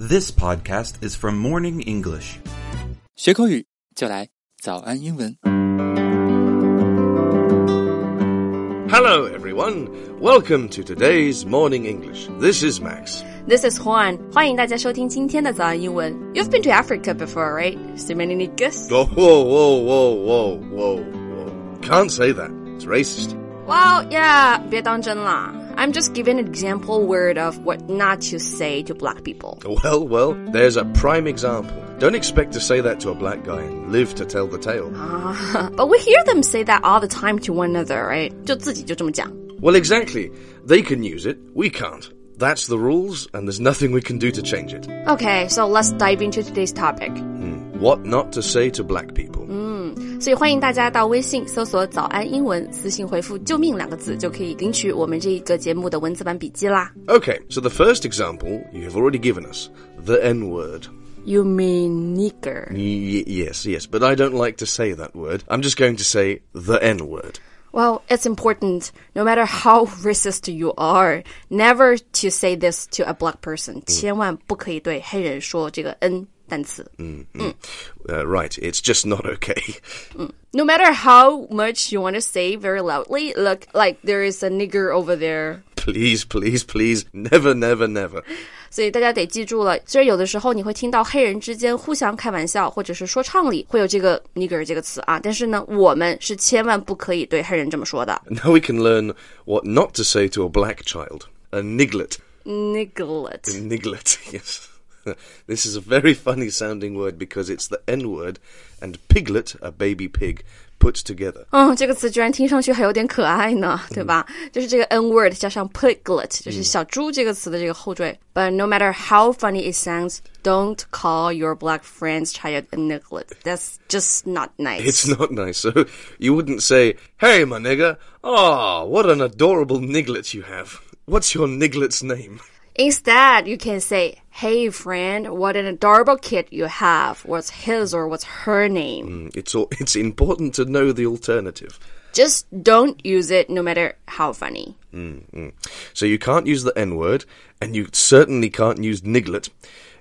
This podcast is from Morning English. 学口语就来早安英文。 Hello, everyone. Welcome to today's Morning English. This is Max. This is Juan. 欢迎大家收听今天的早安英文。You've been to Africa before, right? Simeninicus? Whoa, whoa, whoa, whoa, whoa, whoa. Can't say that. It's racist. Well, yeah, 别当真啦. I'm just giving an example word of what not to say to black people. Well, well, there's a prime example. Don't expect to say that to a black guy and live to tell the tale. Uh, but we hear them say that all the time to one another, right? 就自己就这么讲. Well, exactly. They can use it. We can't. That's the rules, and there's nothing we can do to change it. Okay, so let's dive into today's topic. Hmm. What not to say to black people. 所以欢迎大家到微信搜索“早安英文”，私信回复“救命”两个字，就可以领取我们这一个节目的文字版笔记啦。 Okay, so the first example you have already given us the N word. You mean nigger? Y- yes, yes, but I don't like to say that word. I'm just going to say the N word. Well, it's important, no matter how racist you are, never to say this to a black person. 千万不可以对黑人说这个N单词。 Uh, right, it's just not okay. No matter how much you want to say very loudly, look like there is a nigger over there. please, please, please, never, never, never. 所以大家得记住了，虽然有的时候你会听到黑人之间互相开玩笑，或者是说唱里会有这个 nigger 这个词啊，但是呢，我们是千万不可以对黑人这么说的。 Now we can learn what not to say to a black child. A niglet. Niglet. Niglet, yes. this is a very funny sounding word because it's the N word and piglet, a baby pig, put together. 嗯，这个词居然听上去还有点可爱呢，对吧？就是这个 n word 加上 piglet，就是小猪这个词的这个后缀。But no matter how funny it sounds, don't call your black friend's child a niglet. That's just not nice. It's not nice. So you wouldn't say, hey, my nigger, ah, what an adorable niglet you have. What's your niglet's name? Instead, you can say, "Hey, friend, what an adorable kid you have. What's his or what's her name?" Mm, It's, all, it's important to know the alternative. Just don't use it, no matter how funny. Hmm, So you can't use the N word, and you certainly can't use niglet.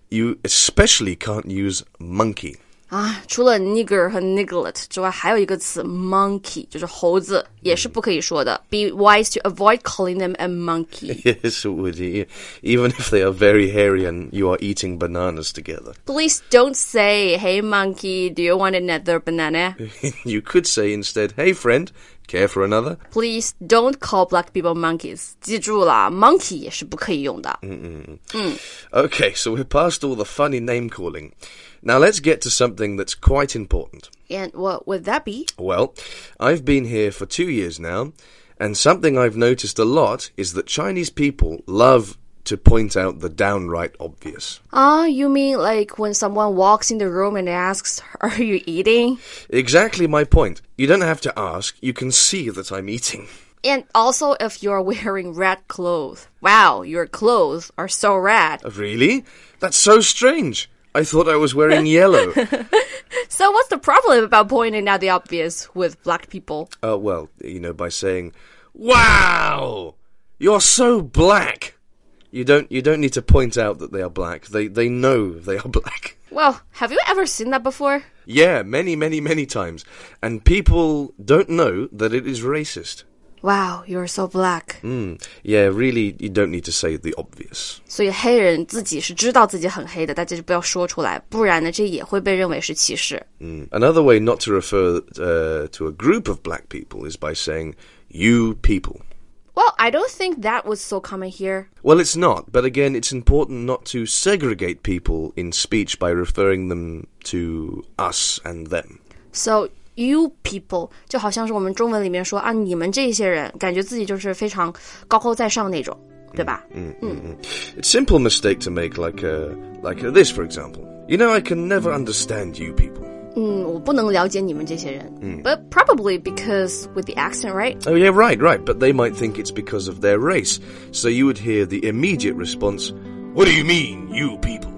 You especially can't use monkey. 啊，除了 nigger 和 niglet 之外，还有一个词 monkey，就是猴子，也是不可以说的。Be wise to avoid calling them a monkey. Yes, Woody. Even if they are very hairy and you are eating bananas together. Please don't say, "Hey monkey, do you want another banana?" you could say instead, hey friend, care for another? Please don't call black people monkeys. 记住啦，monkey 也是不可以用的。 Okay, so we're past all the funny name calling. Now let's get to something that's quite important. And what would that be? Well, I've been here for two years now, and something I've noticed a lot is that Chinese people love to point out the downright obvious. Ah, you mean like when someone walks in the room and asks, "Are you eating?" Exactly my point. You don't have to ask, you can see that I'm eating. And also if you're wearing red clothes. Wow, your clothes are so red. Really? That's so strange. I thought I was wearing yellow. So what's the problem about pointing out the obvious with black people? Uh, well, you know, by saying, "Wow, you're so black." You don't you don't need to point out that they are black. They they know they are black. Well, have you ever seen that before? Yeah, many many many times. And people don't know that it is racist. Wow, you're so black. Hmm. Yeah, really you don't need to say the obvious. 所以黑人自己是知道自己很黑的，大家就不要说出来，不然呢，这也会被认为是歧视。 Mm. Another way not to refer uh, to a group of black people is by saying "you people." Well, I don't think that was so common here. Well, it's not, but again, it's important not to segregate people in speech by referring them to us and them. So you people 就好像是我们中文里面说啊，你们这些人，感觉自己就是非常高高在上那种，对吧？ It's a simple mistake to make, like uh, like uh, this, for example. You know, I can never understand you people. 嗯，我不能了解你们这些人。But probably because with the accent, right? Oh yeah, right, right. But they might think it's because of their race. So you would hear the immediate response, "What do you mean, you people?"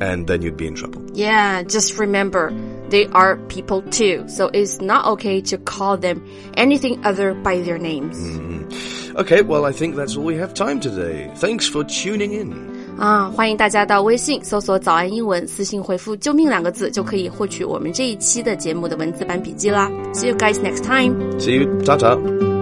And then you'd be in trouble. Yeah, just remember, they are people too, so it's not okay to call them anything other by their names. Okay, well, I think that's all we have time today. Thanks for tuning in. 啊！欢迎大家到微信搜索“早安英文”，私信回复“救命”两个字，就可以获取我们这一期的节目的文字版笔记啦。See you guys next time. See you. Ta ta.